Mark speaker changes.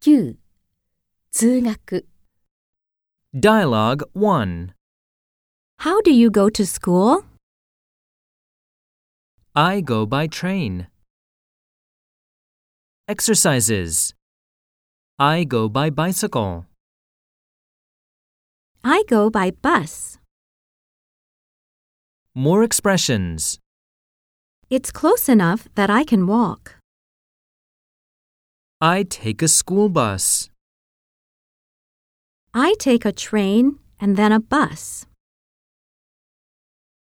Speaker 1: 9通学
Speaker 2: Dialogue 1.
Speaker 1: How do you go to school?
Speaker 2: I go by train. Exercises. I go by bicycle.
Speaker 1: I go by bus.
Speaker 2: More expressions.
Speaker 1: It's close enough that I can walk.
Speaker 2: I take a school bus.
Speaker 1: I take a train and then a bus.